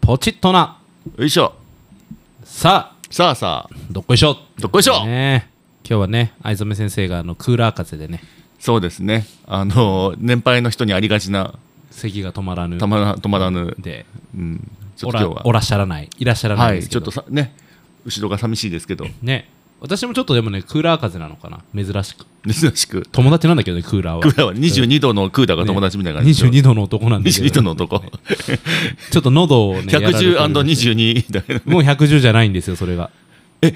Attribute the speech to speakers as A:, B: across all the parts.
A: ポチッとな
B: よいしょ
A: さあ
B: さあさあ
A: どっこいしょ
B: どっこいしょ、
A: ね今日はね藍染先生があのクーラー風でね
B: そうですねあのー年配の人にありがちな
A: 咳が止まらぬ
B: たまら止まらぬ
A: で
B: うんちょ
A: お
B: っと今
A: ら
B: 日は
A: おらっしゃらないいらっしゃらな
B: はい
A: で
B: い
A: す
B: ち
A: け
B: ょっ
A: ど、
B: とさね後ろが寂しいですけど
A: ね私もちょっとでもねクーラー風なのかな珍しく
B: 珍しく
A: 友達なんだけどねクーラーは
B: クーラーは22度のクーラーが友達みたいな感じで、
A: 22度の男なんだけど
B: 22度の男
A: ちょっと喉をねやられてるんで
B: 110&22 だよね
A: もう110じゃないんですよそれが
B: え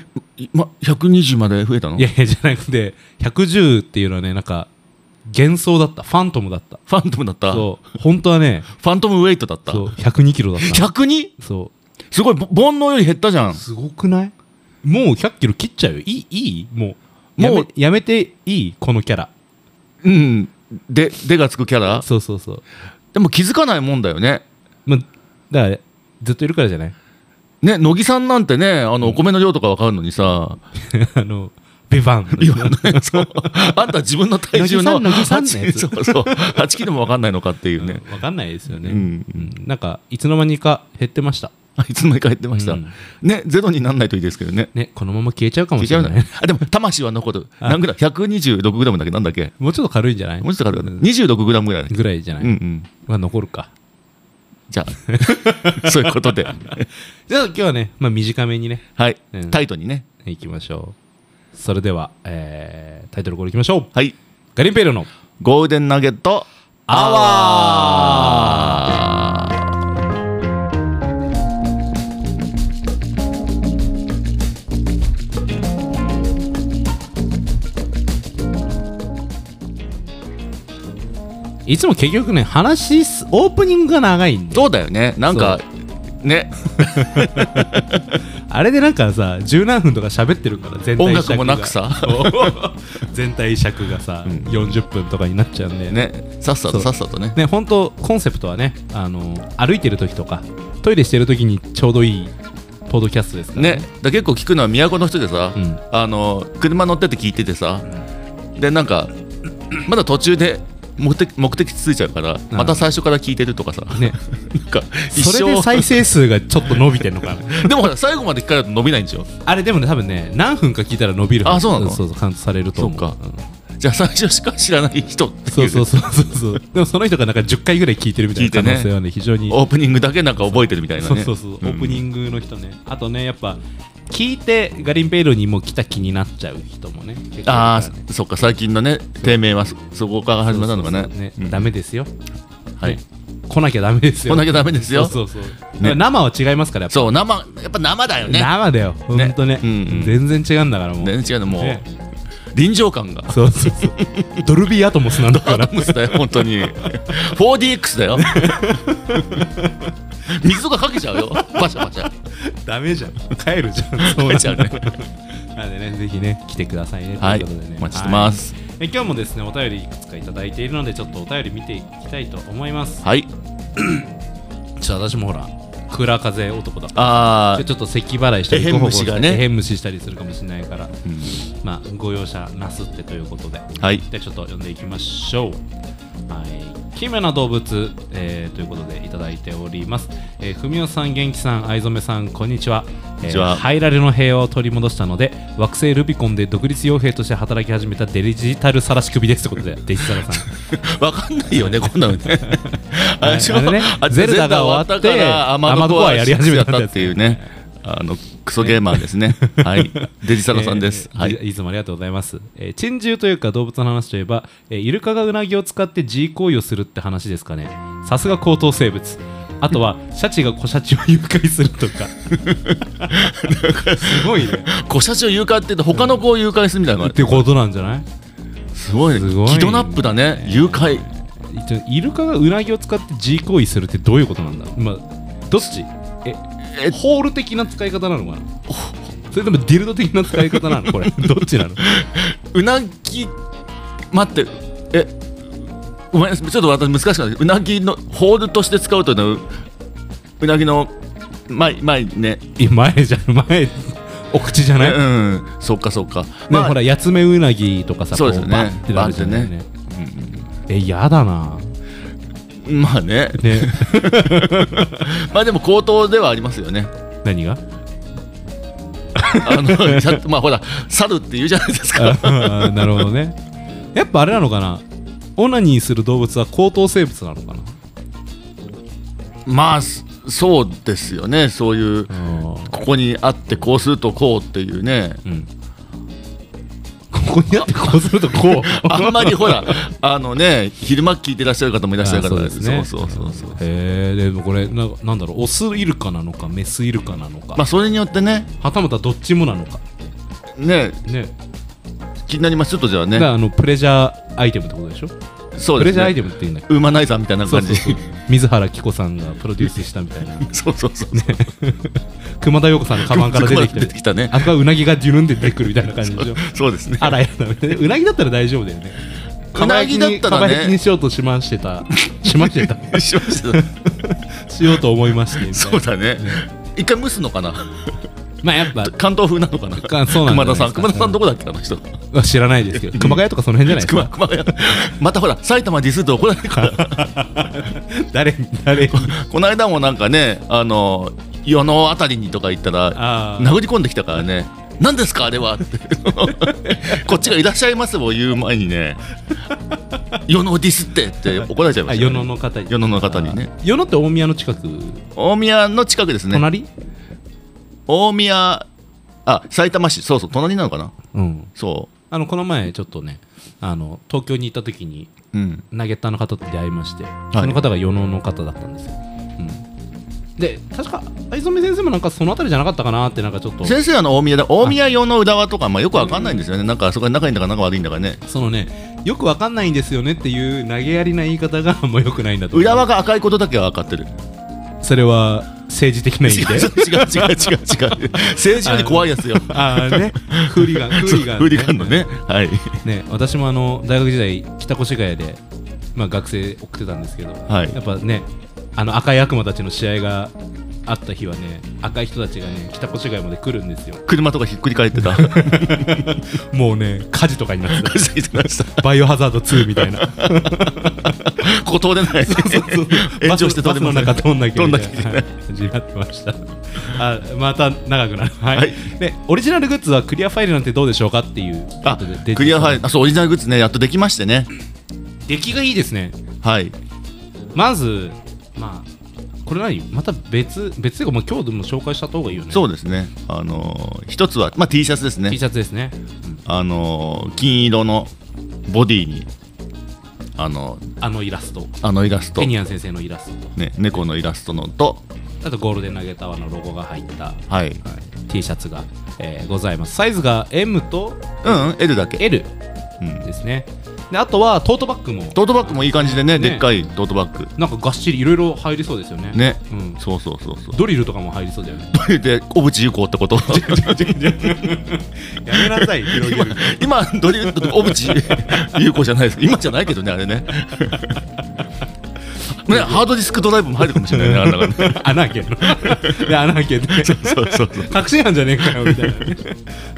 B: ま120まで増えたの
A: いやいやじゃなくて110っていうのはねなんか幻想だったファントムだった
B: ファントムだったフ
A: そう本当はね
B: ァントムウェイトだった
A: そう102キロだったの
B: 102?
A: そ
B: すごいぼ煩悩より減ったじゃん
A: うすごくないもう100キロ切っちゃうよいいいいもう
B: も
A: や
B: う
A: めやめていいこのキャラ
B: うんで「で」がつくキャラ
A: そうそうそう
B: でも気づかないもんだよね
A: まあだからずっといるからじゃない
B: ね乃木さんなんてねあのお米の量とか分かるのにさ、
A: あのベバン
B: 今ね そうあんた自分の体重の
A: 乃木さん乃木さんのやつ
B: 8そうそう8キロも分かんないのかっていうね、
A: 分かんないですよね、
B: うん
A: うんなんかいつの間にか減ってました
B: あいつの間にか減ってました、
A: うん
B: ねゼロになんないといいですけどね
A: ねこのまま消えちゃうかも
B: 違
A: しれ
B: う
A: ない
B: なあでも魂は残る何グラム126グラムだっけなんだっけ
A: もうちょっと軽いんじゃない
B: もうちょっと軽いか
A: うん
B: な26グラムぐらいだね
A: ぐらいじゃない、
B: うんうん
A: まあ残るか
B: じゃ あそういうことで
A: じゃあ今日はね、まあ、短めにね
B: はい、
A: うん
B: タイトにね
A: いきましょうそれでは、えータイトルコールいきましょう
B: はい
A: ガリンペイロの
B: ゴールデンナゲット
A: ア
B: ワー
A: いつも結局ね話すオープニングが長いんで
B: そうだよねなんかね
A: あれでなんかさ十何分とか喋ってるから全体尺が
B: 音楽もなくさ
A: そう 全体尺がさ、
B: うん
A: 40分とかになっちゃうんで
B: ねさっさ
A: そ
B: と
A: う
B: さっさとね
A: ね本当コンセプトはねあの歩いてる時とかトイレしてる時にちょうどいいポッドキャストですからね
B: ねだ結構聞くのは都の人でさ、
A: うん
B: あの車乗ってて聞いててさ、でなんかまだ途中で目的目的地ついちゃうから、
A: うん
B: また最初から聞いてるとかさ、
A: ね
B: なんか一
A: それで
B: 生
A: 再生数がちょっと伸びてんのかな
B: でもほら最後まで聞かれると伸びないんでしょ
A: あれでもね多分ね何分か聞いたら伸びるはず
B: あそうなの
A: そうそうカウントされると思う
B: そうか
A: ん
B: じゃあ最初しか知らない人っていう
A: そうそうそうそう そうでもその人がなんか10回ぐらい聞いてるみたいな
B: 聞いて
A: 可
B: ね
A: 能性はね非常に
B: オープニングだけなんか覚えてるみたいな
A: そう
B: ね
A: そうそう、オープニ
B: グ
A: ングの人ねあとねやっぱ聞いてガリンペイロにも来た気になっちゃう人もね結構いるから
B: ああ
A: ね
B: そそっか最近のね低迷はそそこから始まったのかね
A: そうそうそう
B: うん
A: ダメですよ、
B: はい
A: ね来なきゃダメですよ
B: こんだけダメですよ
A: そうそうそう、
B: ね
A: 生は違いますからやっぱ
B: そう生やっぱ生だよね
A: 生だよほんとね
B: うんうん
A: 全然違うんだからもう、
B: 全然違うのもう、
A: ね
B: 臨場 感が
A: そうそう そうドルビーアトモスなんだか
B: ア
A: ら
B: トムスだよ本当に 4DX だよ水とかかけちゃうよバシャバシャ
A: ダメじゃん帰るじゃんそう
B: か
A: な
B: け
A: っ
B: ちゃうね
A: なんでねぜひね来てくださいねと
B: はいいう
A: ことでね
B: お待ちしてます
A: はいえ今日もですねお便りいくつかいただいているのでちょっとお便り見ていきたいと思います
B: はい
A: ちょっと私もほらクーラー風男だから
B: あ
A: でちょっと咳払いしたり
B: えへん虫がね
A: えへん虫したりするかもしれないから
B: ー、うん
A: まあご容赦なすってということで
B: はい
A: でちょっと読んでいきましょう。はい、奇妙な動物、えーということでいただいております。えー、文雄さん、元気さん、藍染さん、こんにちは。
B: んにちは
A: えーハイラルの平和を取り戻したので、惑星ルビコンで独立傭兵として働き始めたデジタルさらし首ですということで、デジタルさん。
B: わかんないよね、こんなの ね。あれでしょ
A: あれね
B: あ
A: ゼルダが終わって
B: ゼルダが終わったからア
A: アマ
B: マ
A: ド
B: ドコ
A: コ
B: ア
A: ア
B: や
A: や
B: り
A: り
B: 始
A: 始
B: め
A: め
B: た
A: た
B: っていうね。あのクソゲーマーですね。はい、デジサラさんです。
A: えー
B: はい
A: や。いつもありがとうございます。えー珍獣というか動物の話といえば、えーイルカがウナギを使って自慰行為をするって話ですかね。さすが高等生物。あと は、シャチが小シャチを誘拐するとか。すごいね。
B: 小シャチを誘拐って言って他の子を誘拐するみたいな
A: っ
B: のが
A: てことなんじゃない
B: すごいね
A: すごいね
B: ギドナップだね誘拐
A: 一応イルカがウナギを使って自慰行為するってどういうことなんだまあ、どっちえ
B: え
A: ホール的な使い方なのかなそれともディルド的な使い方なのこ れ。どっちなの
B: うなぎ待ってえごめんなさいちょっと私難しくなってうなぎのホールとして使うというのはうなぎの前前ね
A: いや前じゃん、前、お口じゃない
B: うんそっかそっか
A: まあ、ほら八つ目うなぎとかさ
B: そうですよね
A: こバッてなるじゃない
B: バッ
A: えやだな
B: まあね
A: ね
B: まあでも口頭ではありますよ ね
A: 何が
B: あのちゃんとまあほら猿って言うじゃないですか
A: あーなるほどねやっぱあれなのかなオナニーする動物は高等生物なのかな
B: まあそそうですよねそういう
A: あ
B: ここにあってこうするとこうっていうね
A: ーうんここにあってこうすると こう
B: あんまりほらあのね昼間聞いてらっしゃる方もいらっしゃるから
A: あーそうですね
B: そうそうそうそう
A: へえでもこれななんだろうオスイルカなのかメスイルカなのか、
B: まあそれによってね
A: はたまたどっちもなのか
B: ね
A: ね
B: 気になりますちょっとじゃあ
A: だから
B: ね
A: あのプレジャーアイテムってことでしょ
B: そう
A: プレ
B: で
A: ジャ
B: す
A: ーアイ
B: ね
A: テムって言うんだけど
B: ウーマナイザーみたいな
A: そう
B: 感
A: そう
B: じ
A: そう水原希子さんがプロデュースしたみたいな
B: そうそうそう
A: 熊田曜子さんのカバンから出てきた
B: 出てきたね
A: あとはうなぎがジュルンで出てくるみたいな感じで しょ
B: そうですね
A: あらやだみたいなうなぎだったら大丈夫だよね
B: うなぎだったらね
A: 蒲焼きにしようとしましてたしましてた
B: しました
A: しようと思いましてみたいな
B: そうだね一回蒸すのかな
A: まあやっぱ
B: 関東風なのかな
A: かそうなんじゃ
B: 熊
A: ないですか
B: 田さん熊田さんどこだっけあの人
A: まあ知らないですけど熊谷とかその辺じゃないです
B: 熊
A: か
B: 熊谷またほら埼玉ディスって怒られるから
A: 誰誰
B: この間もなんかねあの世のあたりにとか行った
A: あ
B: ら
A: ー
B: 殴り込んできたからね何ですかあれはって こっちがいらっしゃいますを言う前にね世のディスってって怒られちゃいま
A: あ
B: したよ
A: 世野
B: ね、
A: の方に
B: 世野の方にね
A: あ世野って大宮の近く
B: 大宮の近くですね
A: 隣
B: 大宮あ埼玉市そうそう隣なのかな
A: うん
B: そ
A: あのこの前ちょっとねあの東京に行った時に
B: ううん
A: ナゲッターの方と出会いまして、
B: い
A: その方が世野の方だったんですよ、うん、で確か藍染先生もなんかそのあたりじゃなかったかなってなんかちょっと
B: 先生はあの大宮だ大宮用の浦和とか、まあ、よくわかんないんですよねなんかそこが仲いいんだか仲悪いんだかね
A: そのねよくわかんないんですよねっていう投げやりな言い方があんまよくないんだと思う
B: 浦和が赤いことだけは分かってる
A: それは政治的な意
B: 違
A: 味
B: う違う違う違う
A: で
B: 違う政治より怖いやつよ
A: ああねフーリ ガンフーリガン、ね、
B: フリガンのねはい
A: ね私もあの大学時代北越谷で、まあ、学生送ってたんですけど、
B: はい
A: やっぱねあの赤い悪魔たちの試合があった日はね赤い人たちがね北越谷まで来るんですよ
B: 車とかひっくり返ってた 走っ
A: もうね火事とかにな ってた
B: てました
A: バイオハザード2みたいな
B: ここ通れない炎上して通
A: バ
B: れ
A: ス
B: ま
A: の
B: せん
A: 中飛んなきゃ
B: 飛ん
A: い
B: な
A: け
B: きゃいけ
A: な
B: な
A: は
B: いい
A: い感じになってましたあまた長くなる、はい
B: はい
A: でオリジナルグッズはクリアファイルなんてどうでしょうかっていう
B: あ
A: ことで
B: クリアファイ
A: ル
B: ルあそうオリジナルグッズねやっとできましてね
A: 出来がいいですね
B: はい
A: まずまあこれ何また別別というか、まあ、今日でも紹介した方がいいよね
B: そうですねあのー一つは、まあ、T シャツです
A: T
B: ね
A: シャツですね、
B: あのー金色のボディにあの
A: うんあのイラスト
B: あのイラスト
A: ケニアン先生のイラスト
B: ね、猫のイラストのと、
A: とあとゴールデンナゲタワーのロゴが入った、
B: はい、
A: T シャツが、えーございますサイズが M と
B: うん、うん、L だけ、
A: L
B: うん、
A: ですねであとはトートバッグも
B: トートバッグもいい感じでね、
A: ね
B: でっかいトートバッグ、
A: なんかがっしりいろいろ入りそうですよね
B: ね、
A: うん、
B: そうそうそうそう。
A: ドリルとかも入りそうだよね
B: どうで小渕優子っ てこと？
A: やめなさい広げる
B: 今ドリルと小渕優子じゃないです。今じゃないけどね あれね。ね、ハードディスクドライブも入るかもしれないね、あれだからね。
A: 穴開けるので穴開けて
B: そうそうそう。
A: 確信犯じゃねえかよみたいなね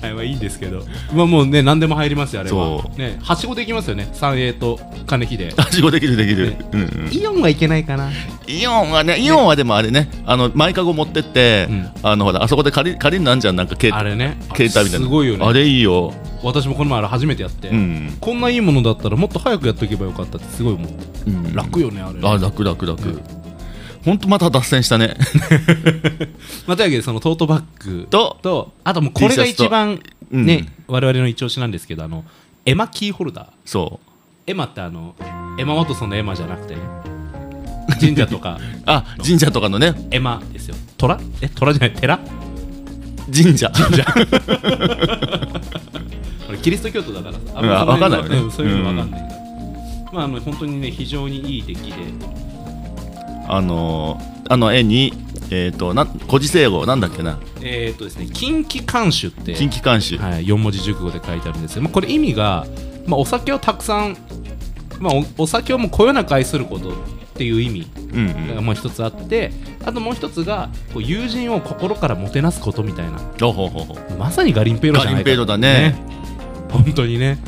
A: はいまあいいんですけどまあもうね何でも入りますよあれは
B: そう
A: ねはしごできますよね三栄と金木で
B: 仕事できるできる
A: ね。
B: うんうん
A: イオンはいけないかな
B: イオンはね、イオンはでもあれね、あのマイカゴ持ってって
A: うん、
B: あのほらあそこで借り借りるなんじゃんなんか携
A: あ
B: 帯
A: れね
B: 携帯みたいな。
A: すごいよね
B: あれいいよ。
A: 私もこの前あれ初めてやって、
B: うん。
A: こんないいものだったらもっと早くやっとけばよかったってすごい思って、
B: うん
A: 楽よねあれ
B: あ楽楽楽ほんとまた脱線したね
A: まあ、というわけでそのトートバッグ
B: と
A: あともうこれが
B: T シャツと
A: 一番
B: うん
A: ね、我々の一押しなんですけどあのエマキーホルダー
B: そう
A: エマってあのエマ・ワトソンのエマじゃなくてね神社と か
B: あ神社とかのね
A: エマですよ虎え虎じゃない寺
B: 神社
A: これキリスト教徒だからさ
B: うんあ
A: その辺は
B: わかんないよね
A: うんそういうの分かんないから、まああの本当にね非常にいい出来で
B: あのーあの絵にえっ、とな古事聖語なんだっけな
A: えーっとですね近畿監修って
B: 近畿監修、
A: はい、4文字熟語で書いてあるんですけど、まあ、これ意味が、まあ、お酒をたくさん、まあ、おお酒をもうこよなく愛することっていう意味
B: うんう
A: が
B: ん
A: まあ一つあって、あともう一つがこう友人を心からもてなすことみたいな
B: ほうほうほうほう
A: まさにガリンペイロじゃないか
B: ガリンペイロだね
A: 本当にね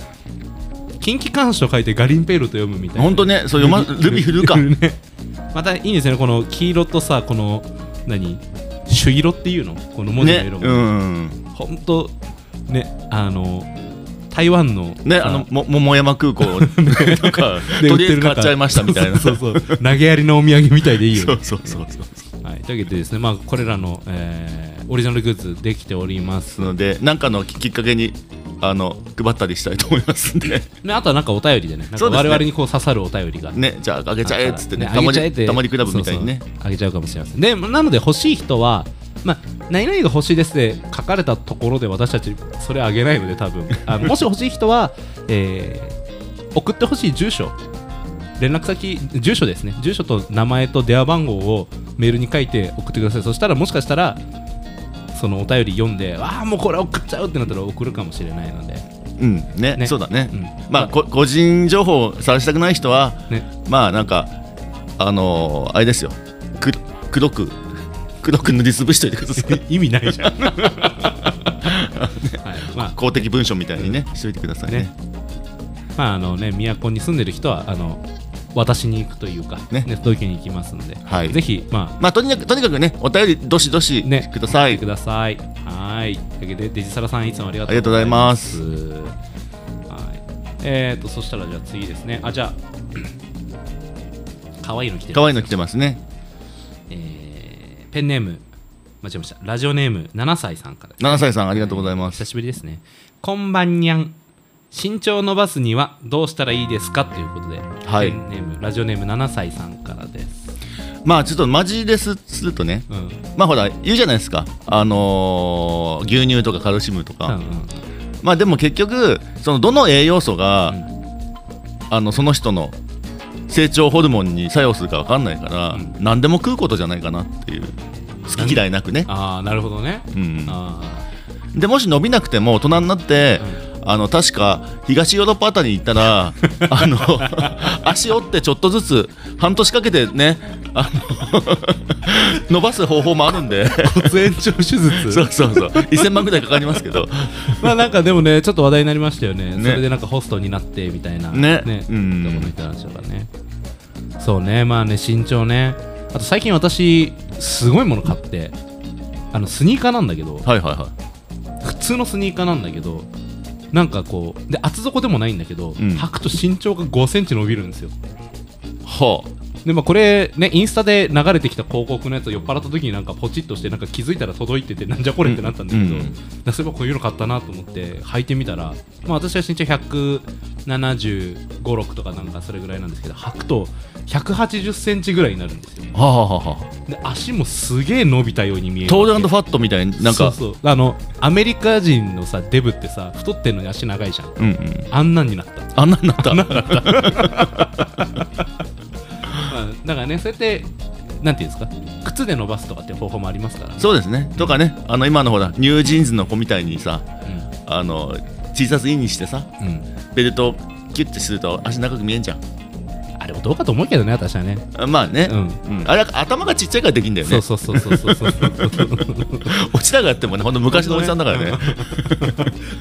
A: 近畿監視と書いてガリンペイロと読むみたいな
B: ほんとねそう読まルビ振るか
A: ねまたいいんですよねこの黄色とさこの何朱色っていうのこの文字の
B: ね
A: 色も、
B: うん
A: ほんとねあの台湾の
B: ね
A: さ
B: あのも桃山空港 とか
A: で
B: と
A: 売って
B: りあえ
A: る
B: ず
A: 中
B: 買っちゃいましたみたいな
A: そうそうそう投げやりのお土産みたいでいいよね
B: そうそうそう
A: はい、というわけでですね、まあ、これらの、えーオリジナルグッズできております
B: なので何かのきっかけにあの配ったりしたいと思いますんで
A: ねあとはなんかお便りでねなんか
B: そうです
A: 我
B: ね
A: 々にこう刺さるお便りが
B: ねじゃああげちゃえっつってね
A: あ
B: たま
A: げちゃえっ
B: に
A: て
B: たまにクラブみたいにね
A: そうそうあげちゃうかもしれませんでなので欲しい人はまあ、何々が欲しいですって書かれたところで私たちそれあげないので多 分あのもし欲しい人は、えー送ってほしい住所連絡先住所ですね住所と名前と電話番号をメールに書いて送ってくださいそしたらもしかしたらそのお便り読んでああもうこれ送っちゃうってなったら送るかもしれないので、
B: うんね
A: ね
B: そうだね、
A: うん
B: まあこ個人情報を晒したくない人は
A: ね、
B: まあなんかあのーあれですよくくどくくどく塗りつぶしといてくだ さい
A: 意味ない じゃん、はいまあ
B: 公的文書みたいにねしといてくださいね
A: ねまああのね、都に住んでる人はあの渡しに行くというか、ね
B: ね
A: 届けに行きますので、
B: はい
A: ぜひ、まあ、
B: まあとにかくとにかくねお便りどしどし
A: ね
B: くださ
A: 来
B: い、
A: てください。はいというわけで、デジサラさん、いつもありがと
B: あり
A: う
B: がと
A: ござ
B: うござ
A: い
B: い
A: ま。
B: ますす
A: はいえー、とそしたら、じゃあ次ですね。あ、じゃあ、可愛いの来てる。
B: 可愛いの来てますね
A: えーペンネーム、間違えました。ラジオネーム、7歳さんから
B: 七歳さんありがとうございます
A: 久しぶりですね。こんばんにゃん。身長を伸ばすにはどうしたらいいですかということで、
B: はい
A: ペンネームラジオネーム7歳さんからです。
B: まあちょっとマジですするとね
A: うん。うん
B: まあほら言うじゃないですかあのー牛乳とかカルシウムとか、
A: うん
B: まあでも結局そのどの栄養素が、
A: うん
B: あのその人の成長ホルモンに作用するかわかんないから、
A: う
B: 何でも食うことじゃないかなっていう好き嫌いなくね、
A: ああ、なるほどね。
B: うん、
A: あ
B: でもし伸びなくても大人になって、あの確か東ヨーロッパあたりに行ったらあの足折ってちょっとずつ半年かけてねあの 伸ばす方法もあるんで
A: あ、骨延長手術
B: そうそうそう1000万ぐら いかかりますけど
A: まあなんかでもね、ちょっと話題になりましたよね。
B: ね
A: それでなんかホストになってみたいな。
B: ね
A: ね。
B: うん
A: どこの人なんでしょうかね。そうね、まあね、身長ね。あと最近私、すごいもの買って、あの、スニーカーなんだけど、
B: はいはいは
A: 普通のスニーカーなんだけどなんかこうで厚底でもないんだけど、
B: ん
A: 履くと身長が5センチ伸びるんですよ
B: いは
A: でまあこれねインスタで流れてきた広告のやつを酔っ払った時になんかポチッとしてなんか気づいたら届いててなんじゃこれってなったんだけど、
B: うんうん
A: だからそういえばこういうの買ったなと思って履いてみたら、まあ、私は身長175、6とかなんかそれぐらいなんですけど履くと180センチぐらいになるんですよ
B: あはあはあはあ
A: で足もすげえ伸びたように見える
B: トールファットみたいになんか
A: そうそうあのアメリカ人のさデブってさ太ってんのに足長いじゃん
B: うんうん
A: あんなんになった、ま
B: あんなになった
A: あ、だからねそうやってなんていうんですか靴で伸ばすとかって方法もありますからね
B: そうですねとかねあの今のほらニュージーンズの子みたいにさあの T シャツインにしてさ
A: うん、うん、
B: ベルトキュッてすると足長く見えんじゃん
A: あれもどうかと思うけどね私はね
B: あまあね、
A: うん
B: うんあれ頭がちっちゃいからできんだよ
A: そ
B: ね
A: うそうそうそうそうそうそう
B: うちらがやってもねほんと昔のおじさんだからね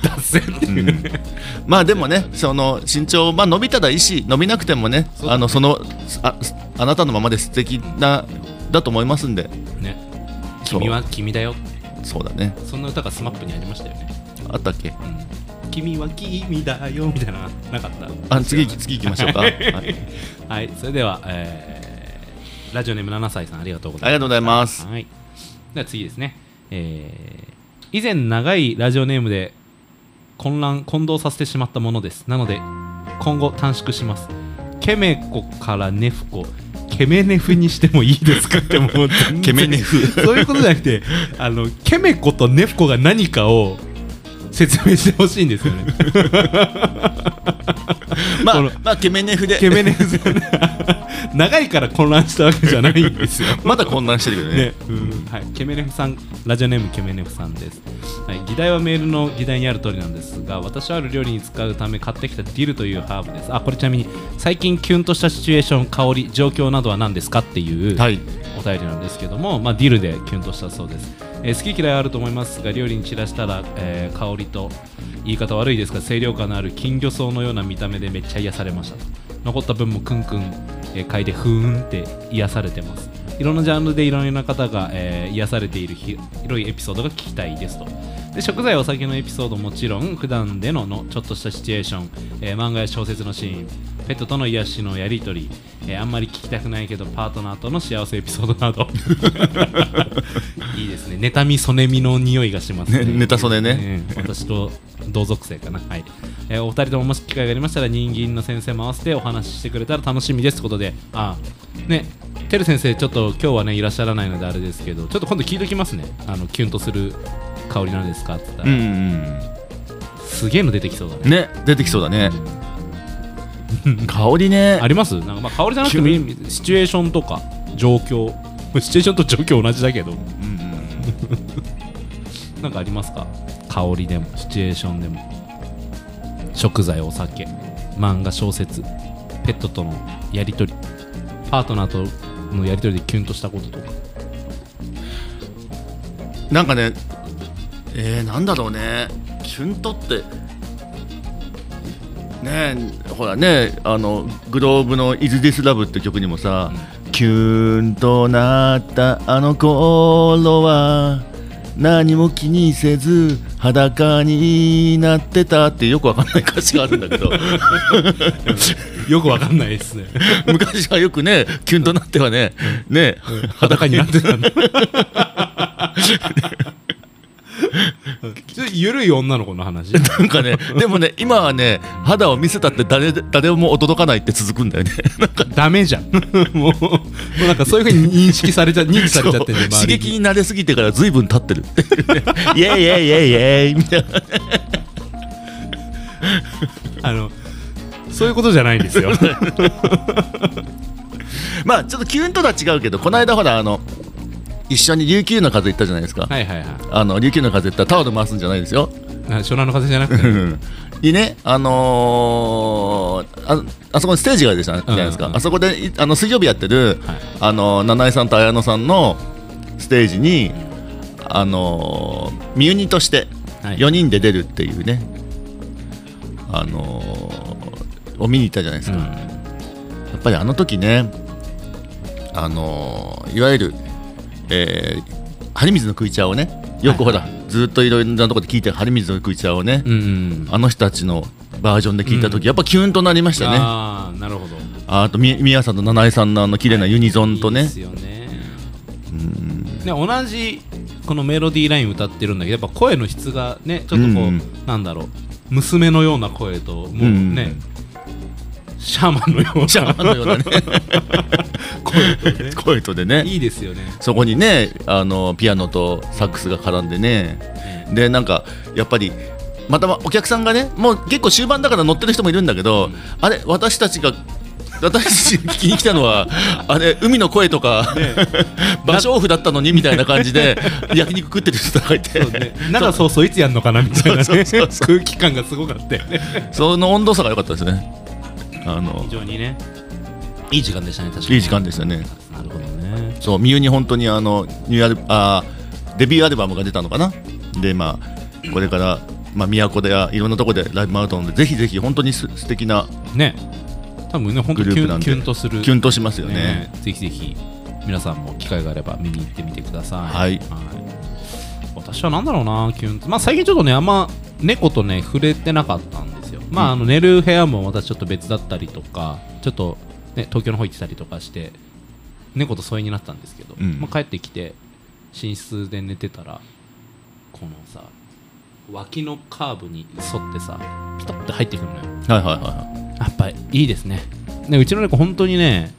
A: 脱線っていうね、
B: まあでもねその身長、まあ、伸びたらいいし伸びなくてもね
A: そうだね
B: あのそのああなたのままで素敵なだと思いますんで
A: ね
B: そう
A: 君は君だよ
B: そうだね
A: そんな歌がスマップにありましたよね、
B: あったっけ
A: うん、君は君だよみたいななかった
B: あ次次行きましょ うか、はい、あり
A: はい、それでは、えーラジオネーム7歳さんありがとうござ
B: が
A: いま。
B: とうございます す
A: はい、では次ですね、えー以前長いラジオネームで混乱混同させてしまったものです。なので今後短縮します。ケメコからネフコ、ケメネフにしてもいいですかってもう
B: ケメネフ
A: そういうことじゃなくて、あのケメコとネフコが何かを説明してほしいんですよ ね。
B: ま
A: こ
B: あ
A: の
B: まあケメネフで
A: ケメネフ長いから混乱したわけじゃないんですよ。
B: まだ混乱してるけどね
A: ね、うんはい、ケメネフさん、ラジオネームケメネフさんです。はい、議題はメールの議題にある通りなんですが、私はある料理に使うため買ってきたディルというハーブです。あ、これちなみに最近キュンとしたシチュエーション、香り、状況などは何ですかっていう。
B: はい
A: お便りなんですけども、まあ、ディルでキュンとしたそうです、えー好き嫌いはあると思いますが料理に散らしたら、えー香りと言い方悪いですが清涼感のある金魚草のような見た目でめっちゃ癒されましたと残った分もくんくん、えー書いてふーんって癒されてますいろんなジャンルでいろんな方が、えー癒されているひ広いエピソードが聞きたいですとで食材お酒のエピソードもちろん普段でののちょっとしたシチュエーション、えー漫画や小説のシーンペットとの癒しのやり取り、えーあんまり聞きたくないけどパートナーとの幸せエピソードなど いいですね 妬みそねみの匂いがしますね
B: ね妬そねね
A: うん 私と同属性かな、はいえーお二人とももし機会がありましたら人間の先生も合わせてお話ししてくれたら楽しみですということであねてる先生ちょっと今日はねいらっしゃらないのであれですけどちょっと今度聞いときますねあのキュンとする香りなんですかって言った
B: う
A: ら、
B: んうん
A: すげえの出てきそうだね
B: ね出てきそうだね香りね
A: ありますなんかまあ香りじゃなくてもいいシチュエーションとか状況 シチュエーションと状況同じだけど
B: うんう ん
A: なんかありますか香りでもシチュエーションでも食材お酒漫画小説ペットとのやり取りパートナーとのやり取りでキュンとしたこととか
B: なんかねえー、なんだろうねキュンとってねえほらねあのグローブの「Is This Love」って曲にもさ、キュンとなったあの頃は何も気にせず裸になってたってよくわかんない歌詞があるんだけど
A: よくわかんない ですね
B: 昔はよくねキュンとなってはねね
A: 裸になってたん だちょっとゆるい女の子の話
B: なんかね、でもね、今はね、肌を見せたって誰で誰も驚かないって続くんだよね。
A: ダメじゃん もうもうなんかそういうふうに認識されちゃ認知されちゃってる
B: そ
A: ね
B: う
A: 周
B: 刺
A: りに
B: 激に慣れすぎてからずいぶん経ってる。 イエイイエイイエイイエイみたいな。
A: あのそういうことじゃないんです よ
B: まあちょっとキュンとは違うけど、この間ほら、あの、一緒に琉球の風行ったじゃないですか。
A: はいはいはい
B: あの琉球の風行ったらタオル回すんじゃないですよ。
A: あ湘南の風じゃなくて
B: にね、あのーああそこにステージがあるじゃないですか、
A: うんうんうん
B: あそこでいあの水曜日やってる、
A: はい
B: あの七井さんと綾乃さんのステージに、あのーミユニとして
A: はい
B: 4人で出るっていうね、あのーを見に行ったじゃないですか、やっぱりあの時ね、あのーいわゆる、えー、張水の食い茶をねよくほら、ずっといろいろなところで聞いてる張水の食い茶をね、
A: うん、うん
B: あの人たちのバージョンで聞いた時、やっぱキュンとなりましたねあ
A: ああなるほど
B: あとみ宮さんと七重さんのあの綺麗なユニゾンと
A: いい
B: ね
A: ですよねね同じこのメロディーライン歌ってるんだけどやっぱ声の質がねちょっとこう、
B: うん
A: なんだろう娘のような声ともうね、
B: うん
A: シャーマンのような
B: シャーマンのようなね
A: 声とね
B: 声とでね
A: いいですよね
B: そこにねあのピアノとサックスが絡んでねでなんかやっぱりまたお客さんがねもう結構終盤だから乗ってる人もいるんだけど、あれ私たちが私たち聞きに来た のはあれ海の声とか、 芭蕉布だったのにみたいな感じで焼肉食ってる人とかいて
A: そうねなんかそうそういつやんのかなみたいな
B: そう
A: ね
B: そうそう
A: 空気感がすごかったよね
B: その温度差が良かったですね。あの
A: 非常にねいい時間でしたね確かに
B: いい時間でしたね。
A: なるほどね
B: そう、みゆに本当にあのニューアルあーデビューアルバムが出たのかな。で、まあこれからまあ都でやいろんなところでライブもあると思うので、ぜひぜひ本当にす素敵な
A: ね多分ね本当
B: グ
A: に
B: ル
A: キ
B: ープ
A: ュ
B: なん
A: ン
B: で
A: キュンとする
B: キュンとしますよね。
A: ねぜひぜひ皆さんも機会があれば見に行ってみてください。
B: はい
A: 私は何だろうな、キュンと。まあ最近ちょっとね、あんま猫とね、触れてなかったんですよ。まああの寝る部屋も私ちょっと別だったりとか、ちょっと、ね、東京の方行ってたりとかして、猫と疎遠になったんですけど、
B: うん
A: まあ、帰ってきて寝室で寝てたらこのさ脇のカーブに沿ってさピタッて入ってくるのよ
B: はいはいはいは
A: やっぱいいですねねうちの猫本当にね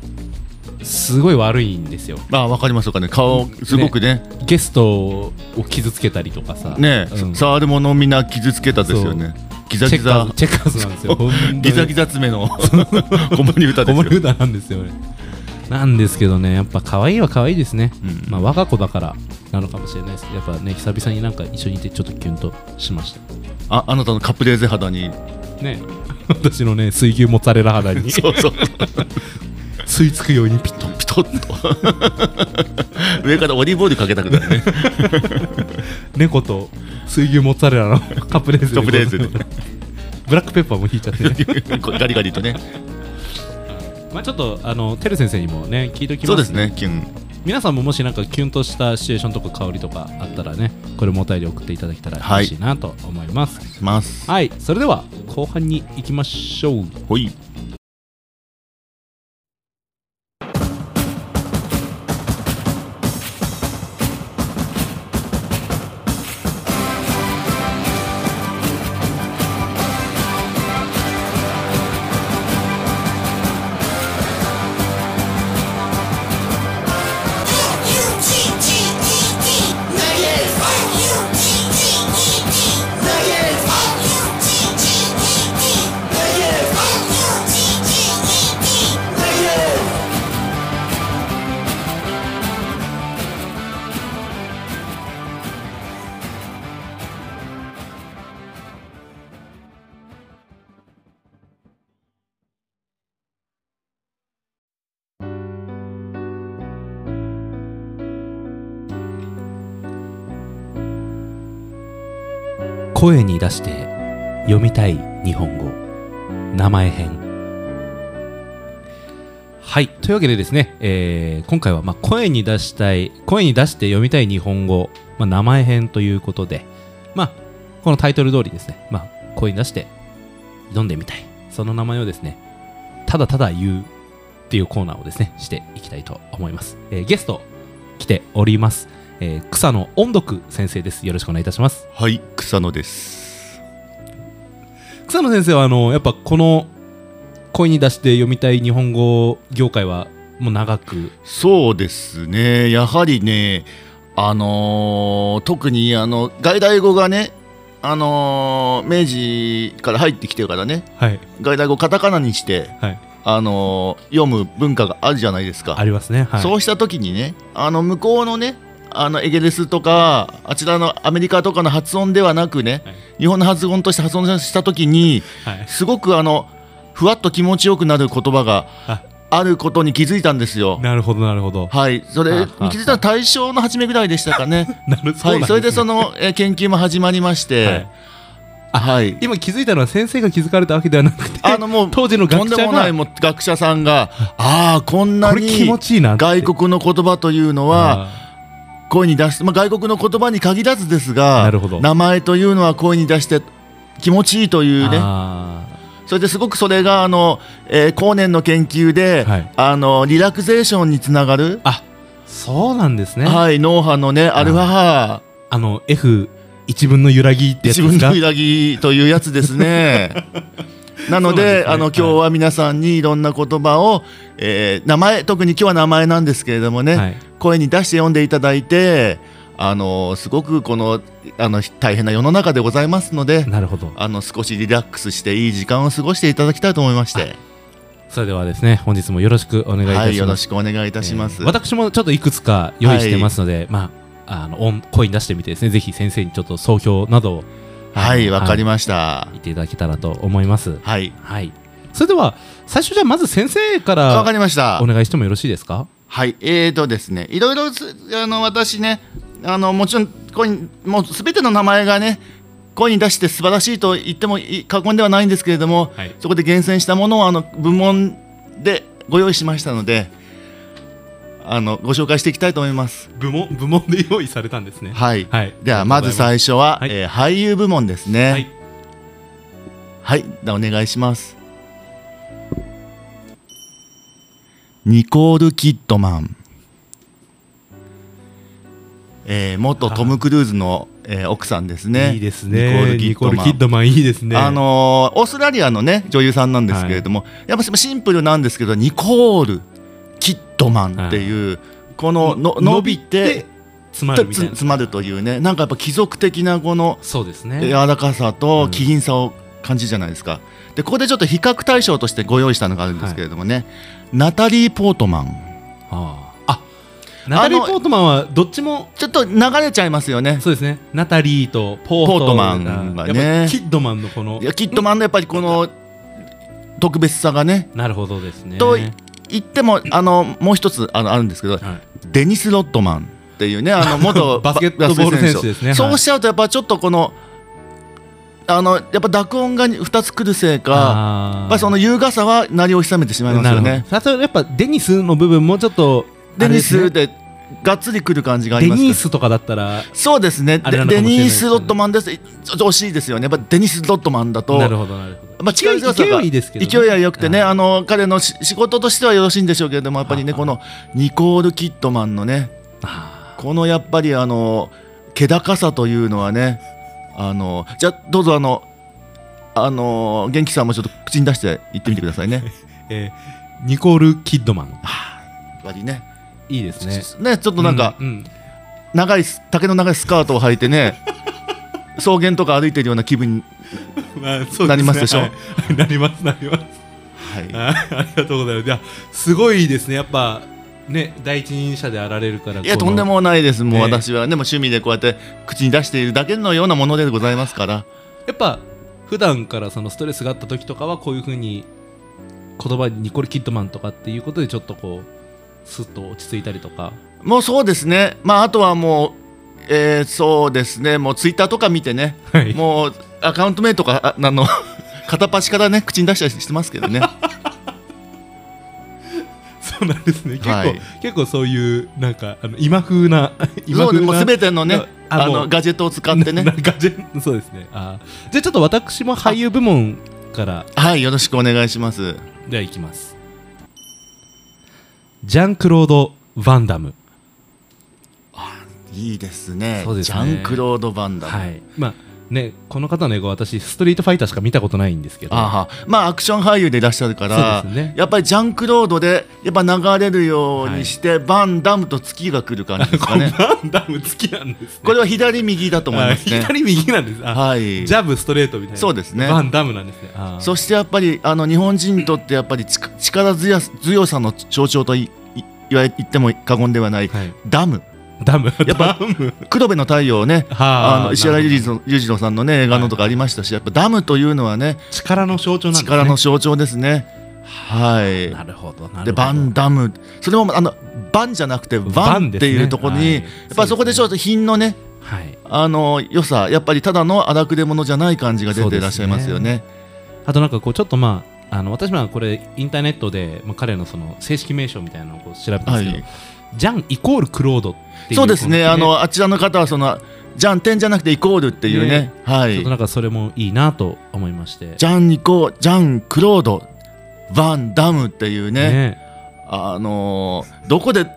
A: すごい悪いんですよ
B: い。まあわかりますかね。顔すごくね
A: ゲストを傷つけたりとかさ
B: ね
A: うん
B: 触るものをみんな傷つけたですよね。ギザ
A: チ
B: ギ
A: ェッカー
B: ザ
A: ズチェッカーズなんですよほんとに
B: ギザギザ爪 の子守
A: 子
B: 歌です
A: 守
B: よ。
A: 歌なんですよねなんですけどねやっぱ可愛いは可愛いですね、
B: うん
A: まあ我が子だからなのかもしれないですやっぱね久々になんか一緒にいてちょっとキュンとしました
B: ああなたのカプレーゼ肌に。
A: ね 私のね水牛モッツァレラ肌に
B: そうそう。
A: 吸い付くようにピッと
B: ピトッと 上からオリーブオイルかけたくなるね
A: 猫と水牛モッツァレラのカプレーゼで
B: カプレーゼで
A: ブラックペッパーも引いちゃってね
B: こうガリガリとね
A: まあ、ちょっとあのてる先生にもね聞いておきます
B: そうですねキュン
A: 皆さんももしなんかキュンとしたシチュエーションとか香りとかあったらねこれもお便り送っていただけたら
B: はい
A: 嬉しいなと思います
B: します
A: はい、それでは後半に行きましょう
B: ほい
A: 声に出して読みたい日本語名前編はいというわけでですね、えー今回はまあ声に出したい声に出して読みたい日本語、まあ、名前編ということでまあこのタイトル通りですね、まあ、声に出して読んでみたいその名前をですねただただ言うっていうコーナーをですねしていきたいと思います、えーゲスト来ております、えー草野音読先生ですよろしくお願いいたします
B: はい草野です
A: 草野先生はあのやっぱこの声に出して読みたい日本語業界はもう長く
B: そうですねやはりねあのー特にあの外来語がねあのー明治から入ってきてからね
A: はい
B: 外来語をカタカナにして
A: はい
B: あのー読む文化があるじゃないですか
A: ありますねはい
B: そうした時にねあの向こうのねあのエゲレスとかあちらのアメリカとかの発音ではなくね、
A: はい
B: 日本の発音として発音した時に
A: はい
B: すごくあのふわっと気持ちよくなる言葉が
A: あ
B: あることに気づいたんですよ。
A: なるほどなるほど
B: はい、それ
A: はあ
B: に
A: はあ
B: 気づいたのは大正の初めぐらいでしたか ね。
A: なる
B: はい、それでそ
A: の、
B: の、えー研究も始まりまし
A: は
B: て
A: い、
B: はい、
A: 今気づいたのは先生が気づかれたわけではなくて
B: あのもう
A: 当時の
B: とん
A: 学
B: で
A: 者が
B: もないもう学者さんが、ああこんな
A: これ気
B: に
A: 持ちいいなって
B: 外国の言葉というのは
A: あ
B: 声に出す、まあ、外国の言葉に限らずですが
A: なるほど
B: 名前というのは声に出して気持ちいいという
A: ー
B: ね
A: あ
B: それですごくそれがあの、えー後年の研究で、
A: はい
B: あのリラクゼーションにつながる
A: ー、あそうなんですね、
B: はい、脳波のねアルファ波
A: あの F 一分の揺らぎってやつ
B: 自
A: です
B: 分
A: か
B: の揺らぎというやつで すね。なの
A: そうなん
B: で
A: ですね
B: あの今日は皆さんにいろんな言葉を、えー名前特に今日は名前なんですけれどもね、
A: はい、
B: 声に出して読んでいただいて、あのすごくこのあの大変な世の中でございますので、
A: なるほど
B: あの少しリラックスしていい時間を過ごしていただきたいと思いまして、
A: それではですね本日もよろしくお願いいたします、
B: はい、よろしくお願いいたします。
A: えー私もちょっといくつか用意してますので、まああの音声に出してみてですねぜひ先生にちょっと総評などを
B: はい、わかり
A: ま
B: ました。
A: 言っていただけたらと思います
B: はい、
A: はいそれでは最初じゃあまず先生か
B: わかり
A: ら
B: ました
A: お。願いしてもよろしいですか
B: はい、えーとですね、いろいろすあの私ね、あのもちろんコインもうすべての名前がね、声に出して素晴らしいと言ってもい過言ではないんですけれども、
A: はい
B: そこで厳選したものをあの部門でご用意しましたので、あのご紹介していきたいと思います。
A: 部門部門で用意されたんですね
B: はい。
A: はい
B: ではまず最初は、
A: はい
B: えー俳優部門ですね。
A: はい
B: はい、ではお願いします。ニコール・キッドマン、えー、元トム・クルーズの、えー奥さんですね。
A: いいですね
B: ニ
A: ニ
B: コ
A: コ
B: ー
A: ー
B: ル・
A: ル・キ
B: キッ
A: ッド
B: ドマン。
A: マンいいですね
B: あのーオーストラリアのね女優さんなんですけれども、やっぱシンプルなんですけどニコール・キッドマンっていう、このの伸びて
A: 詰ま
B: つ
A: るみたいな
B: 詰まるというねなんかやっぱ貴族的なこの
A: そうですね
B: 柔らかさと機敏さを感じるじゃないですか、でここでちょっと比較対象としてご用意したのがあるんですけれどもね、ナタリー・ポートマン
A: あーあナタリー・ポートマンはどっちも
B: ちょっと流れちゃいますよね
A: そうですね。ナタリーとポート
B: ポートマンがね
A: やっぱキッドマンのこの
B: いやキッドマンのやっぱりこの特別さがね
A: なるほどですね。
B: と
A: はい
B: 言ってもあのもう一つあのあるんですけどデニス・ロットマン っていうねあの元
A: バスケットボール選手ですね
B: バスケ選手そうしちゃうとやっぱちょっとこのあのやっぱ濁音が2つ来るせいか
A: あ
B: や
A: ー
B: っぱりその優雅さは何を潜めてしまいます
A: なる
B: よ
A: ほど
B: ね。
A: あとやっぱデニスの部分もちょっとあ
B: デ
A: れ
B: ニ
A: ですね
B: スでがっつり来る感じがあ
A: デ
B: りますか
A: ニ
B: ら
A: ースとかだったら
B: そうですね
A: あれな
B: で
A: のか
B: デ
A: もしれないで
B: ニー
A: す
B: ス・
A: ね
B: ロットマンですちょっと惜しいですよねやっぱデニス・ロットマンだと
A: なるほどなるほど
B: まあ、
A: 勢
B: 力
A: い
B: 強さが
A: 勢いですけどね
B: 勢いは良くてね、
A: は
B: あの彼のし仕事としてはよろしいんでしょうけれどもやっぱりね
A: はあ
B: このニコール・キッドマンのね
A: あ
B: このやっぱりあの気高さというのはねあのじゃあどうぞあのあの元気さんもちょっと口に出して言ってみてくださ いね。
A: ーえーニコール・キッドマン
B: やっぱりね
A: いいですね
B: ねちょっとなんか
A: うんうん
B: 長いス竹の長いスカートを履いて ね草原とか歩いてるような気分に、
A: まあそうですね
B: なりますでしょ
A: はい なりますなります
B: はい
A: あありがとうございますいやすごいですねやっぱね第一人者であられるから
B: いや
A: ことの
B: んでもないです、もう
A: ね
B: 私は、でも趣味でこうやって口に出しているだけのようなものでございますから、
A: やっぱ普段からそのストレスがあった時とかはこういうふうに言葉にニコール・キッドマンとかっていうことでちょっとこうスッと落ち着いたりとか
B: もうそうですね、まあ、あとはもう、えーそうですね、もうツイッターとか見てね、
A: はい
B: もうアカウント名とか、ああの 片っ端からね、口に出したりしてますけどね、
A: そうなんですね。結構、
B: はい
A: 結構そういうなんかあの今風な 今
B: そう
A: 風
B: ね、
A: な
B: もうすべてのね、
A: あ
B: あ
A: もう
B: のガジェットを使って
A: な
B: ね、
A: ガジェ そうですね。あーじゃあちょっと私も俳優部門から
B: はい、よろしくお願いします。
A: ではいきます。ジャンクロード・ヴァンダム。
B: いいですね、
A: そうですね
B: ジャンクロード・バンダム。
A: はい。まあねこの方の映画は私ストリートファイターしか見たことないんですけど。
B: あはまあアクション俳優でいらっしゃるから、
A: そうですね
B: やっぱりジャンクロードでやっぱ流れるようにして、バンダムと月が来る感じです
A: こ
B: か
A: れ
B: ね
A: ヴァンダム好きなんです、ね。
B: これは左右だと思います
A: あ
B: ね
A: 左右なんです。あ
B: はい
A: ジャブストレートみたいな。
B: そうですね
A: ヴァンダムなんですね。あー
B: そしてやっぱりあの日本人にとってやっぱりち力強さ強さの象徴といい言わ言っても過言ではない、
A: はい
B: ダム
A: ダム。
B: やっぱ
A: ダム。
B: 黒部の太陽ね
A: は
B: あの石原裕次郎裕次郎さんのね映画のとかありましたし、やっぱダムというのはね
A: 力の象徴なんですね。
B: 力の象徴ですねはい
A: なるほど。なるほど
B: でバンダムそれもあのバンじゃなくて
A: バ
B: バ
A: ン
B: ン
A: で
B: っ
A: す
B: て
A: ね
B: いうところ
A: はい
B: に、やっぱりそこでちょっと品のね
A: はい。
B: あの良さやっぱりただの荒くれ者じゃない感じが出ていらっしゃいますよね
A: あとなんかこうちょっとまああの私はこれインターネットでまあ彼のその正式名称みたいなのをこう調べたんですけど、ジャンイコールクロードっていう
B: そうですね
A: こ
B: あのあちらの方はそのじゃん点じゃなくてイコールっていうね
A: ね
B: は
A: ちょっ
B: い
A: となんかそれもいいなと思いまして。
B: ジャンニコジャンクロードバンダムっていうね
A: ね
B: あのーどこでやっ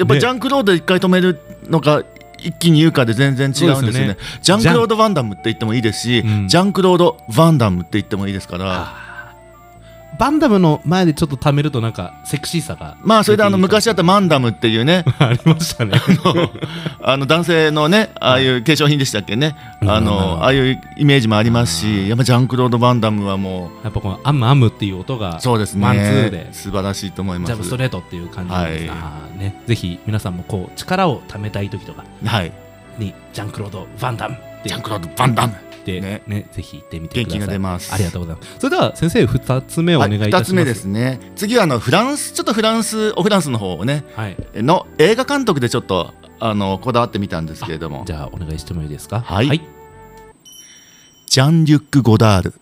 B: ぱ
A: ね
B: りジャンクロードで一回止めるのか一気に言うかで全然違うんですよねジャンクロード・ヴァンダムって言ってもいいですし、
A: うん
B: ジャンクロード・ヴァンダムって言ってもいいですから、
A: あーバンダムの前でちょっと貯めるとなんかセクシーさが
B: まあそれであの
A: 出ていい
B: 昔あったマンダムっていうね
A: かありましたね。
B: あの男性のねああいう化粧品でしたっけね、
A: うん
B: あ
A: なるほど
B: のああいうイメージもあります
A: あー
B: しやっぱジャンクロード・ヴァンダムはも
A: やっぱこのアムアムっていう音が
B: うそうですね
A: マンツーで
B: 素晴らしいと思いま
A: ジ
B: す
A: ャブストレートっていう感じなんですが、
B: はい
A: あーね、ぜひ皆さんもこう力を貯めたい時とか
B: はい
A: にジャンクロード・ヴァンダムって
B: ジャンクロード・ヴァンダム
A: でね
B: ね
A: ぜひ行ってみてください
B: 元気が出ます
A: ありがとうございますそれでは先生2つ目お
B: は
A: 願いいたします、
B: 2つ目ですね次はあのフランスちょっとフランスおフランスの方をね
A: はい
B: の映画監督でちょっとあのこだわってみたんですけれども
A: じゃあお願いしてもいいですか
B: はいジャン・リュック・ゴダール。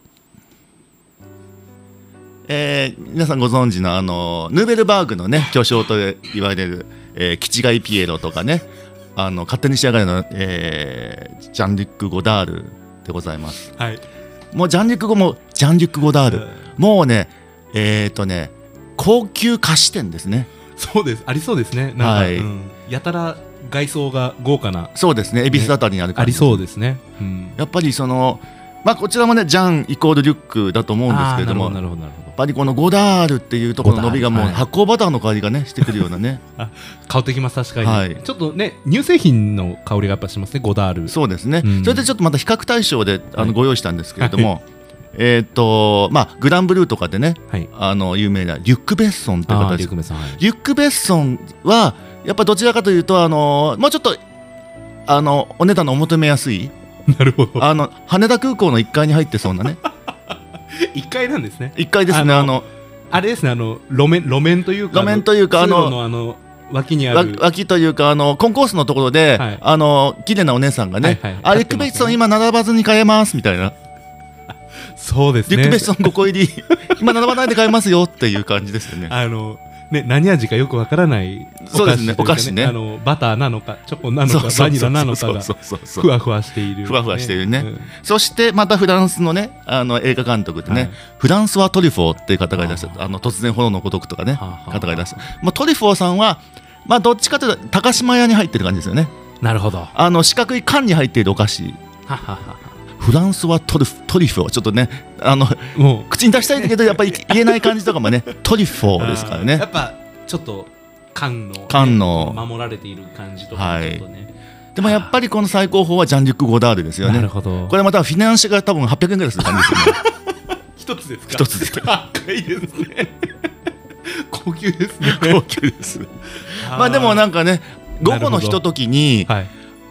B: えー皆さんご存知のあのヌーベルバーグのね巨匠と言われる、えー、キチガイ・ピエロとかねあの勝手に仕上がれの、えージャン・リュック・ゴダールでございます
A: はい
B: もうジャン・リュック語もジャン・リュック・ゴダールもうねえっ、とね高級菓子店ですね
A: そうですありそうですねなんか、
B: はい
A: うんやたら外装が豪華な
B: そうですね恵比寿あたりにある
A: あ
B: 感
A: り
B: じ、
A: そうですね、うん、
B: やっぱりそのまあこちらもねジャンイコールリュックだと思うんですけれど
A: あ
B: も
A: ーなるほどなるほどなる
B: やっ
A: ほど
B: ぱりこのゴダールっていうところの伸びがもう
A: ゴダールはい
B: 発酵バターの香りがねしてくるよう なね
A: 香ってきます確かに、
B: はい
A: ちょっとね乳製品の香りがやっぱしますねゴダール
B: そうですね、
A: うん
B: それでちょっとまた比較対象であ
A: はい
B: のご用意したんですけれども、えーっとまあグランブルーとかでね
A: はい
B: あの有名なリュック・ベッソンっていう
A: あ
B: 方
A: ー
B: で
A: リュ
B: す
A: クメさんはい
B: リュック・ベッソンはやっぱどちらかというとあのもうちょっとあのお値段のお求めやすい
A: なるほど
B: あの羽田空港の1階に入ってそう なね
A: 1階なんですね
B: 1階ですね
A: あ
B: あ
A: の
B: の
A: あれですねあの路面路面というか
B: 路面というか
A: あ
B: あ
A: の通
B: の
A: 路のあの脇にあ
B: わ
A: る
B: 脇というかあのコンコースのところで、
A: はい
B: あの綺麗なお姉さんがね、
A: はいはい
B: あリュック・ベッソン今並ばずに買えますみたいな
A: そうです
B: リ
A: ね
B: ュックベストの5 個入り今並ばないで買えますよっていう感じですよね
A: あのね、何味かよくわからない
B: そうですね
A: お菓
B: お菓子
A: 子というかあ
B: ね
A: のバターなのかチョコなの
B: そう
A: か
B: そうそう
A: バニラなのかが
B: そうそうそうそう
A: ふわふわしている、
B: ふわふわしているね
A: うん
B: そしてまたフランスのねあの映画監督でね、
A: はい
B: フランスはトリュフォーっていう方がいらっしゃるあの突然炎のごとくとかね、
A: はあはあ
B: 方がいらっしゃる、まあ、トリュフォーさんはまあどっちかというと高島屋に入ってる感じですよね
A: なるほどは
B: あの四角い缶に入っているお菓子
A: はは
B: フランスはトリュフトリュフォーちょっとねあの
A: もう
B: 口に出したいんだけどやっぱ り言えない感じとかもねトリュフォーですから
A: あーや
B: ね
A: っぱちょっと缶の
B: 缶の
A: 守られている感じとか
B: はい
A: ちょっとね、
B: でもやっぱりこの最高峰はジャンリュック・ゴダールですよ
A: なる
B: ね
A: ほど
B: これまたフィナンシェが多分800円ぐらいする感じですよね
A: 一つですか
B: 一つです
A: 高いですね高級ですね
B: 高級ですまあでもなんかね午後のひとときに
A: はい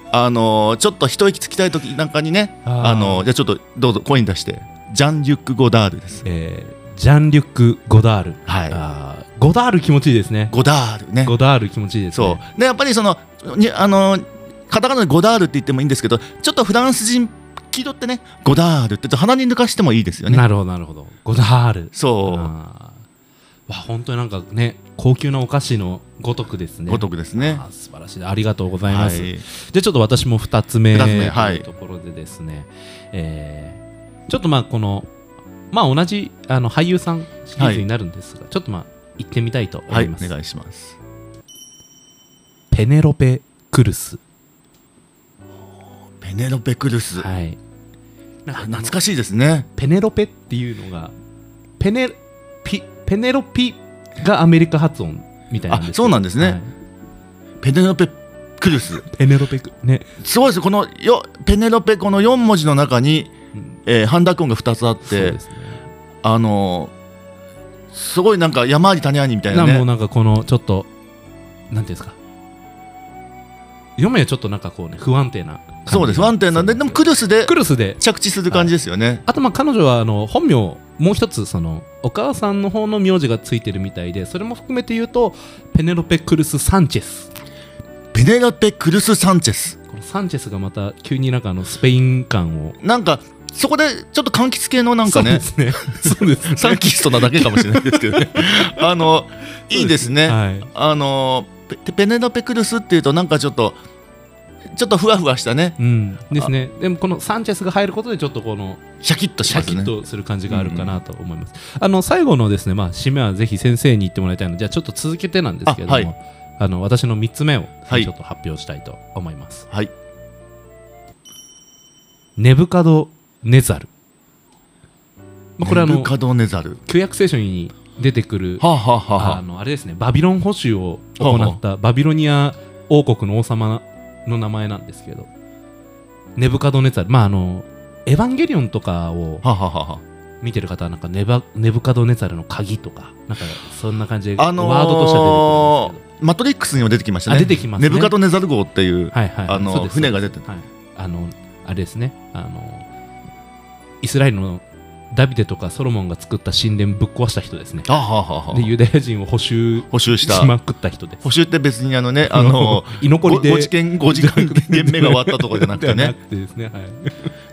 B: あのーちょっと一息つきたい時なんかにね
A: あ
B: あ
A: ー
B: のーじゃあちょっとどうぞ声に出してジャン・リュック・ゴダールです
A: えージャンリュック・ゴダール
B: はい
A: あーゴダール気持ちいいですね
B: ゴダールね
A: ゴダール気持ちいいですね
B: そうでやっぱりそのにあのーカタカナでゴダールって言ってもいいんですけどちょっとフランス人気取ってねゴダールって言って鼻に抜かしてもいいですよね
A: なるほどなるほどゴダール
B: そ
A: あーわ本当になんかね高級なお菓子のごとくです
B: う
A: ね
B: ごとくですね
A: あー素晴らしいありがとうござい
B: は
A: ます、
B: い
A: でちょっと私も2つ目
B: 二
A: と
B: つ目はいいう
A: ところでですね、えーちょっとまあこのまあ同じあの俳優さんシリーズになるんですが、ちょっとまあ行ってみたいと思
B: はいいお
A: ます、
B: 願いします
A: ペネロペ・クルス
B: ペネロペ・クルス
A: はいなんか
B: 懐かしいですね
A: ペネロペっていうのがペネピペネロピがアメリカ発音みたいなんですけど
B: あそうなんですね
A: はい
B: ペネロペ・クルス
A: ペネロペクね、
B: すごいですこのよペネロペこの4文字の中に、
A: うん
B: えー、半濁音が2つあっ
A: そう
B: て
A: ですね
B: あのーすごいなんか山あり谷ありみたいな
A: なもう
B: ね
A: なんかこのちょっとなんていうんですか読めはちょっとなんかこうね不安定な感じ
B: そうです不安定なんででもクルスで
A: クルスで
B: 着地する感じですよね、
A: あとまあ彼女はあの本名もう一つそのお母さんの方の名字がついてるみたいでそれも含めて言うとペネロペ・クルス・サンチェス
B: ペネロペ・クルス・サンチェス
A: このサンチェスがまた急になんかあのスペイン感を
B: なんかそこでちょっと柑橘系のなんかね
A: そう ですね そうですね
B: サンキストなだけかもしれないですけ どねあのいいですね、
A: はい
B: あのペペネロペ・クルスっていうとなんかちょっとちょっとふわふわしたね
A: うんですねでもこのサンチェスが入ることでちょっとこの
B: シャキッとし
A: シ
B: ま
A: ャ
B: す
A: キ
B: ね
A: ッとする感じがあるかなと思います。あの最後のですね、まあ、締めはぜひ先生に言ってもらいたいので、じゃあちょっと続けてなんですけれども、
B: あ
A: あ,、
B: はい
A: の私の3つ目を
B: はい
A: ちょっと発表したいと思います。
B: はい
A: ネブカドネザル。まあ、これあ
B: ネ
A: の
B: ブカドネザル
A: 旧約聖書に出てくる
B: はあ、はあはあ
A: あ
B: は
A: のあれですね、バビロン捕囚を行ったバビロニア王国の王様の名前なんですけど、ネブカドネザル、まああの、エヴァンゲリオンとかを
B: あはあはあはあ
A: 見てる方はなんかネバネブカドネザルの鍵とかなんかそんな感じで
B: あのー
A: ワードとしては出てくるんです
B: マトリックスにも出てきましたね。
A: あ出てきますね
B: ネブカドネザル号ってい
A: け
B: う
A: ど、はいはい
B: あの
A: そうです
B: 船が出てる
A: はい、あのあれですねあのイスラエルのダビデとかソロモンが作った神殿ぶっ壊した人ですね
B: あはあはあはあ
A: でユダヤ人を補修
B: 補修した
A: し。まくった人です
B: 補修って別にあのね、あの
A: 居残りで
B: 5時間5時間限目が終わったとかじゃなくて
A: ではな
B: ね。
A: くてですね、はい、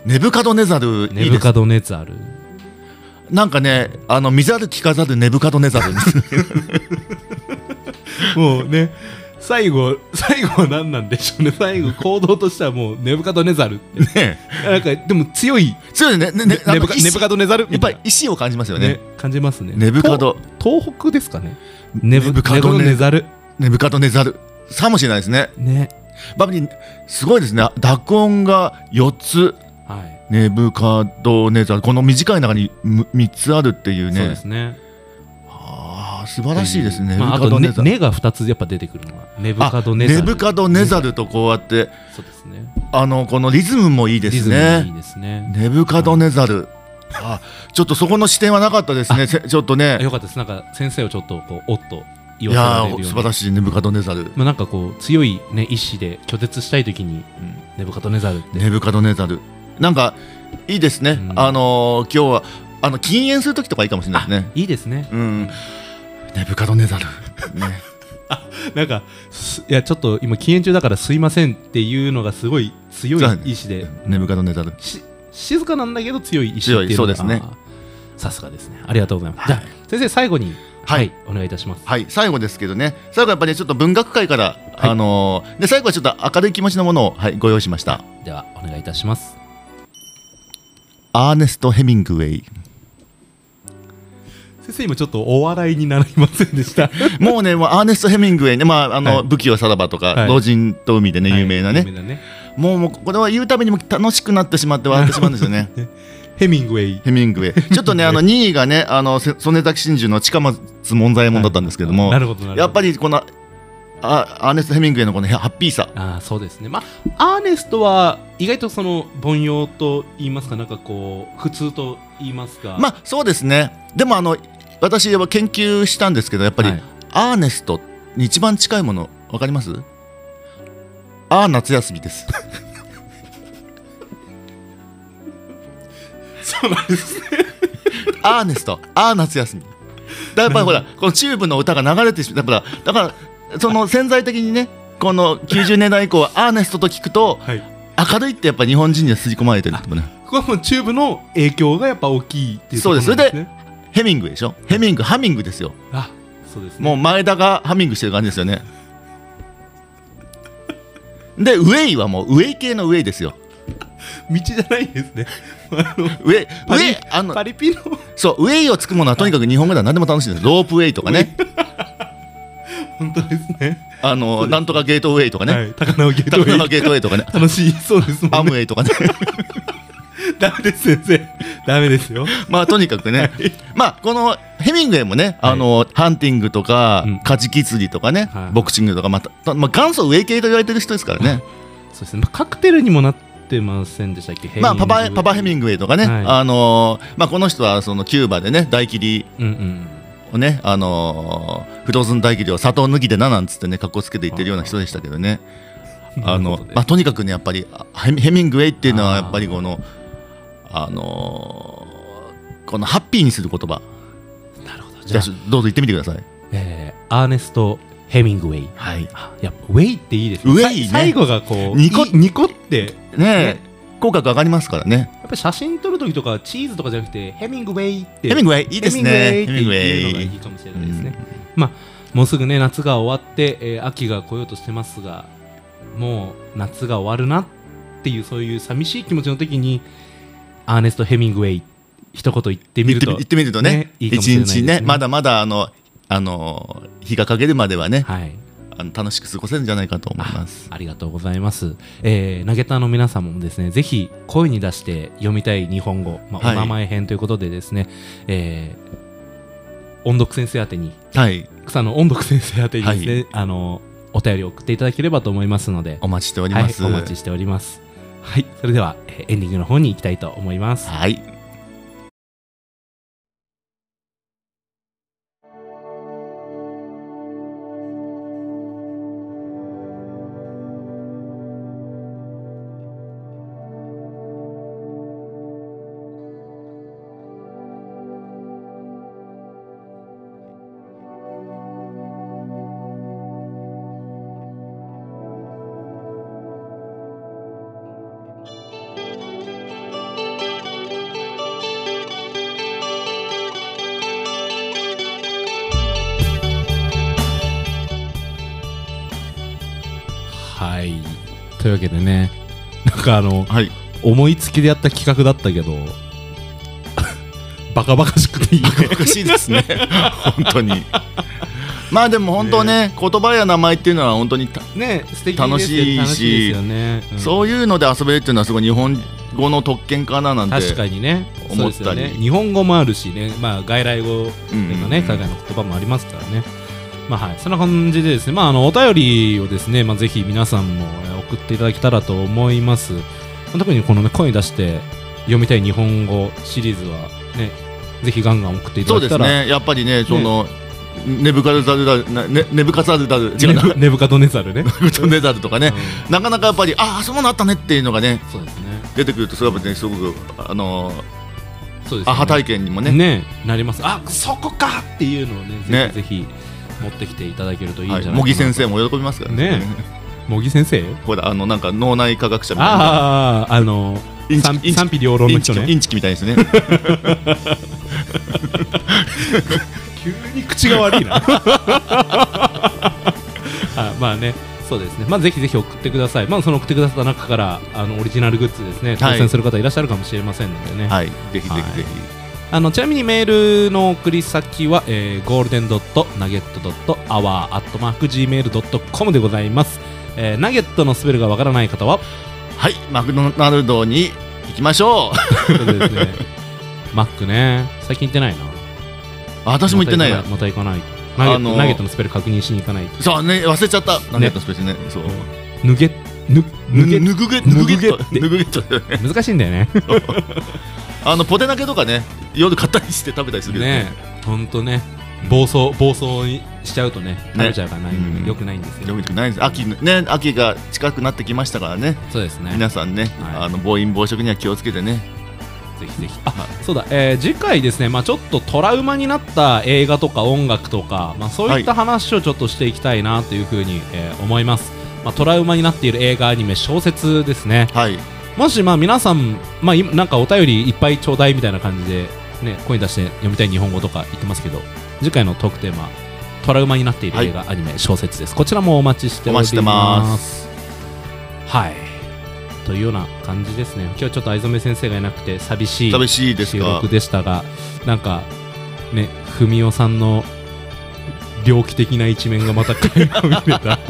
B: ネブカドネザルい
A: ネ
B: い
A: ブ
B: です。
A: カドネザル
B: なんかね、あの見ざる聞かざるネブカドネザル。
A: もうね最後最後は何なんでしょうね最後行動としてはもうネブカドネザルって
B: ね、
A: なんかでも強い
B: そうですね。ねね
A: ネブカネブカドネザル
B: や
A: み
B: っぱ
A: たい
B: り
A: な
B: 意志を感じますよ
A: ね
B: ね。
A: 感じますね
B: ネブカド
A: と東北ですかねネブ
B: ネブカ
A: カ
B: ド
A: ド
B: ネ
A: ネザル
B: ネブカドネザル。かもしれないですね。
A: ね
B: バブリン、すごいですね。濁音が4つ。
A: はい
B: ネブカドネザルこの短い中に3つあるっていう
A: そうで
B: ね
A: すね
B: ああ素晴らしいですね、
A: まああ
B: ネブ
A: と
B: カドネ
A: ね
B: ザル、
A: ねが二つやっぱ出てくるのがネブ
B: あ
A: カドネザル
B: ネブカドネザルとこうやって
A: そうですね
B: あのこのリズムもいいで
A: リ
B: す
A: ズムもい
B: ね
A: いですね
B: ネブカドネザ ルあちょっとそこの視点はなかったですねせちょっと
A: あ
B: ね
A: よかったですなんか先生をちょっとこうおっと
B: い
A: 言わ
B: や
A: せられる
B: ー
A: よ
B: 素
A: う
B: 晴
A: に
B: らしいネブカドネザル、
A: まあなんかこう強いね意志で拒絶したいときにネブカドネザルって
B: ネブカドネザルなんかいいですね、
A: うん
B: あのー今日はあの禁煙する時とかいいかもしれないですね
A: いいですね
B: うんネブカドネザル、 ね、
A: なんかすいやちょっと今禁煙中だからすいませんっていうのがすごい強い意志で
B: ネブカドネザル
A: し静かなんだけど強い意志っていうの
B: 強
A: が
B: いそうですね
A: さすがですねありがとうございます、じゃあ先生最後には
B: はいい、
A: お願いいたします
B: はい、最後ですけどね最後はやっぱりちょっと文学界から、
A: はい
B: あのーで最後はちょっと明るい気持ちのものを、はい、ご用意しました
A: ではお願いいたします
B: アーネスト・ヘミングウェイ
A: 先生今ちょっとお笑いになりませんでした
B: もうねもうアーネスト・ヘミングウェイね、まああの
A: はい
B: 武器をさらばとか、
A: はい
B: 老人と海でね有名なね、
A: はい有名なね
B: もうもうこれは言うたびにも楽しくなってしまって笑ってしまうんですよね
A: ヘミングウェイ
B: ヘミングウェイ ちょっとねあの2位がねあのせ曽根崎真珠の近松門左衛門だったんですけども、
A: なるほどなるほど
B: やっぱりこのあアーネスト・ヘミングウェイのこのヘハッピーさ
A: あーそうですねまあアーネストは意外とその凡庸と言いますかなんかこう普通と言いますか
B: まあそうですねでもあの私は研究したんですけどやっぱり、
A: はい
B: アーネストに一番近いものわかりますあー夏休みです
A: そうなんですね
B: アーネストあー夏休みだやっ ぱりほらこのチューブの歌が流れてしまうだからだからその潜在的にねこの90年代以降はアーネストと聞くと
A: はい
B: 明るいってやっぱ日本人には吸い込まれてるってことね
A: ここはもうチューブの影響がやっぱ大きいっていうところなん
B: そうです
A: ね
B: ヘミングでしょヘミングハミングですよ
A: あそうですね
B: もう前田がハミングしてる感じですよねでウェイはもうウェイ系のウェイですよ
A: 道じゃないんですね あの
B: ウェイウ
A: パリ
B: ェイあの
A: パリピの
B: そうウェイをつくものはとにかく日本語では何でも楽しいんですロープウェイとかね
A: 本当ですね
B: あのなんとかゲートウェイとか
A: は
B: ね
A: い高輪ゲートウ
B: 高輪
A: ェイ
B: ゲートウェイ とかね
A: 楽しいそうですも
B: ア
A: ん
B: ム
A: ね
B: ウェイとかね
A: ダメです先生ダメですよ
B: まあとにかくねまあこのヘミングウェイもねあのハンティングとか
A: うん
B: カジキ釣りとかね
A: はい
B: ボクシングとかまあたまあ元祖ウェイ系と言われてる人ですからね
A: そうですね、まあ、カクテルにもなってませんでしたっけ
B: まあ、パパパパヘミ
A: グ
B: ングウェイとかね、
A: はい
B: あのーまあ、この人はそのキューバでね大切り
A: うんうん
B: をね、あのーフローズン大切りを砂糖抜きでななんつってねかっこつけて言ってるような人でしたけどねあ
A: なるほ
B: の
A: ど、ね
B: まあ、とにかくねやっぱりあヘミヘミングウェイっていうのは
A: あ
B: や
A: ー
B: っぱりこのあのーこのハッピーにする言葉
A: なるほど
B: じ
A: じゃ
B: ゃあ
A: あ
B: ど、うぞ言ってみてください、
A: えー、アーネスト・ヘミングウェイ
B: はい
A: あやっぱウェイっていいですね
B: ウェイね
A: さ最後がこう
B: ニコ
A: いニコって
B: ねえ口角上がりますからね
A: やっぱり写真撮るときとかチーズとかじゃなくてヘミングウェイって
B: ヘミングウェイいいです
A: ヘ
B: ね
A: ミングウェイっ
B: ヘミン
A: ていうの
B: グウェ
A: がい
B: イ
A: いかもしれないですね、まあもうすぐね夏が終わって、えー秋が来ようとしてますがもう夏が終わるなっていうそういう寂しい気持ちの時にアーネスト・ヘミングウェイ一言言ってみ
B: 言っ
A: る
B: て
A: と
B: み言ってみるとね
A: ねいいかもしれ
B: 一
A: ないですね
B: 日ねまだまだあの、あのー日が陰るまではね、
A: はい
B: あの楽しく過ごせるんじゃないかと思います。
A: ありがとうございます、えー、投げたの皆様もですねぜひ声に出して読みたい日本語、まあ、
B: は
A: お
B: い
A: 名前編ということでですね、えー音読先生宛てに
B: はい、
A: 草野音読先生宛てにですね、
B: は
A: あのお便りを送っていただければと思いますので
B: お待ちしております。
A: はい、お待ちしておりますはいそれではえーエンディングの方に行きたいと思います
B: はい、
A: はいというわけでねなんかあの
B: はい、
A: 思いつきでやった企画だったけど バカバカしくていい ね
B: おかしいですね。本当に。まあでも本当ね、言葉や名前っていうのは本当にた、
A: ね素敵ですよ
B: 楽しいし
A: 楽しいですよね、うん
B: そういうので遊べるっていうのはすごい日本語の特権かななんて。
A: 確かにね
B: 思ったり
A: そうですよね日本語もあるしねまあ外来語と
B: うん
A: いうかね、海外の言葉もありますからねまあはいそんな感じでですねまああのお便りをですねまあぜひ皆さんもえー送っていただけたらと思いますまあ特にこのね声に出して読みたい日本語シリーズはねぜひガンガン送っていた
B: そう
A: だ
B: で
A: け
B: す
A: たら
B: ね。やっぱりね、その。ネブカルザルダル、なね、ネブカザルダル、違うな、ネ
A: ねぶかとねざるね
B: ブカザルダルとか
A: う
B: ね
A: ん、
B: なかなかやっぱり、ああ、そうなったねっていうのがね、
A: そうですね
B: 出てくると、それはやっぱね、すごく、あのー、
A: そうですね
B: アハ体験にもね、
A: ねなりますあそこかっていうのをね
B: ね
A: ぜひぜひ持ってきていただけるといいんじゃな
B: は
A: い
B: い、
A: かな
B: 茂木先生も喜び ますから
A: ね茂木先生
B: ほらあのなんか脳内科学者みたいな
A: あああの
B: インチ
A: 賛
B: インチ
A: 賛否両論の人
B: インチキイ
A: ね
B: ンチキみたい ですね
A: 急に口が悪いな あまあねそうですねまあぜひぜひ送ってくださいまあその送ってくださった中からあのオリジナルグッズですね当
B: はい
A: 選する方いらっしゃるかもしれませんのでね、
B: はいぜひぜひぜ
A: はいあのちなみにメールの送り先は、えー、ゴールデンドットナゲットドットアワーアットマーク Gmail.com でございます、えー、ナゲットのスペルがわからない方は
B: ひはいマクドナルドに行きましょう
A: ということでで すねマックね最近行ってないな
B: あ私も行ってないや
A: また行かないまた行かないナゲット、
B: あのー
A: ナゲットのスペル確認しに行かないと
B: そうね忘れちゃった何やったスペースねそう
A: 抜けぬ
B: ぬ
A: 抜け
B: ぬぐげぬぐげっと
A: ぬぐげって
B: ぬぐげっと だよね
A: 難しいんだよね
B: あのポテ投げとかね夜買ったりして食べたりするけど
A: ね
B: ね
A: ほんとね暴走暴走にしちゃうとね食べちゃうからない
B: うん
A: よくないんですよ
B: よくないです秋ね秋が近くなってきましたからね
A: そうですね
B: 皆さんね、
A: はい
B: あの暴飲暴食には気をつけてね
A: ぜひぜひ。あ、そうだ、えー次回ですね、まあちょっとトラウマになった映画とか音楽とか、まあそういった話をちょっとしていきたいなというふうに、えー思います。まあトラウマになっている映画、アニメ、小説ですね。
B: はい
A: もしまあ皆さん、まあ今なんかお便りいっぱいちょうだいみたいな感じで、ね、声出して読みたい日本語とか言ってますけど、次回のトークテーマ、トラウマになっている映画、アニメ、小説です。こちらもお待ちしております。。
B: お待ちしてます
A: はい。というような感じですね。今日ちょっと藍染先生がいなくて寂しい。
B: 寂しいです
A: 収
B: が
A: 録でしたがなんかね文雄さんの猟奇的な一面がまた垣間見れ た、ね、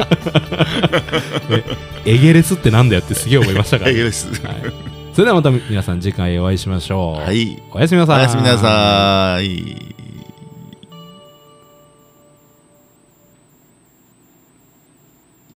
A: エゲレスってなんだよってすげえ思いましたから、
B: ええ
A: はい、
B: です
A: それではまた皆さん次回お会いしましょう、
B: はい
A: おやすみな
B: お
A: さい
B: やすみなさい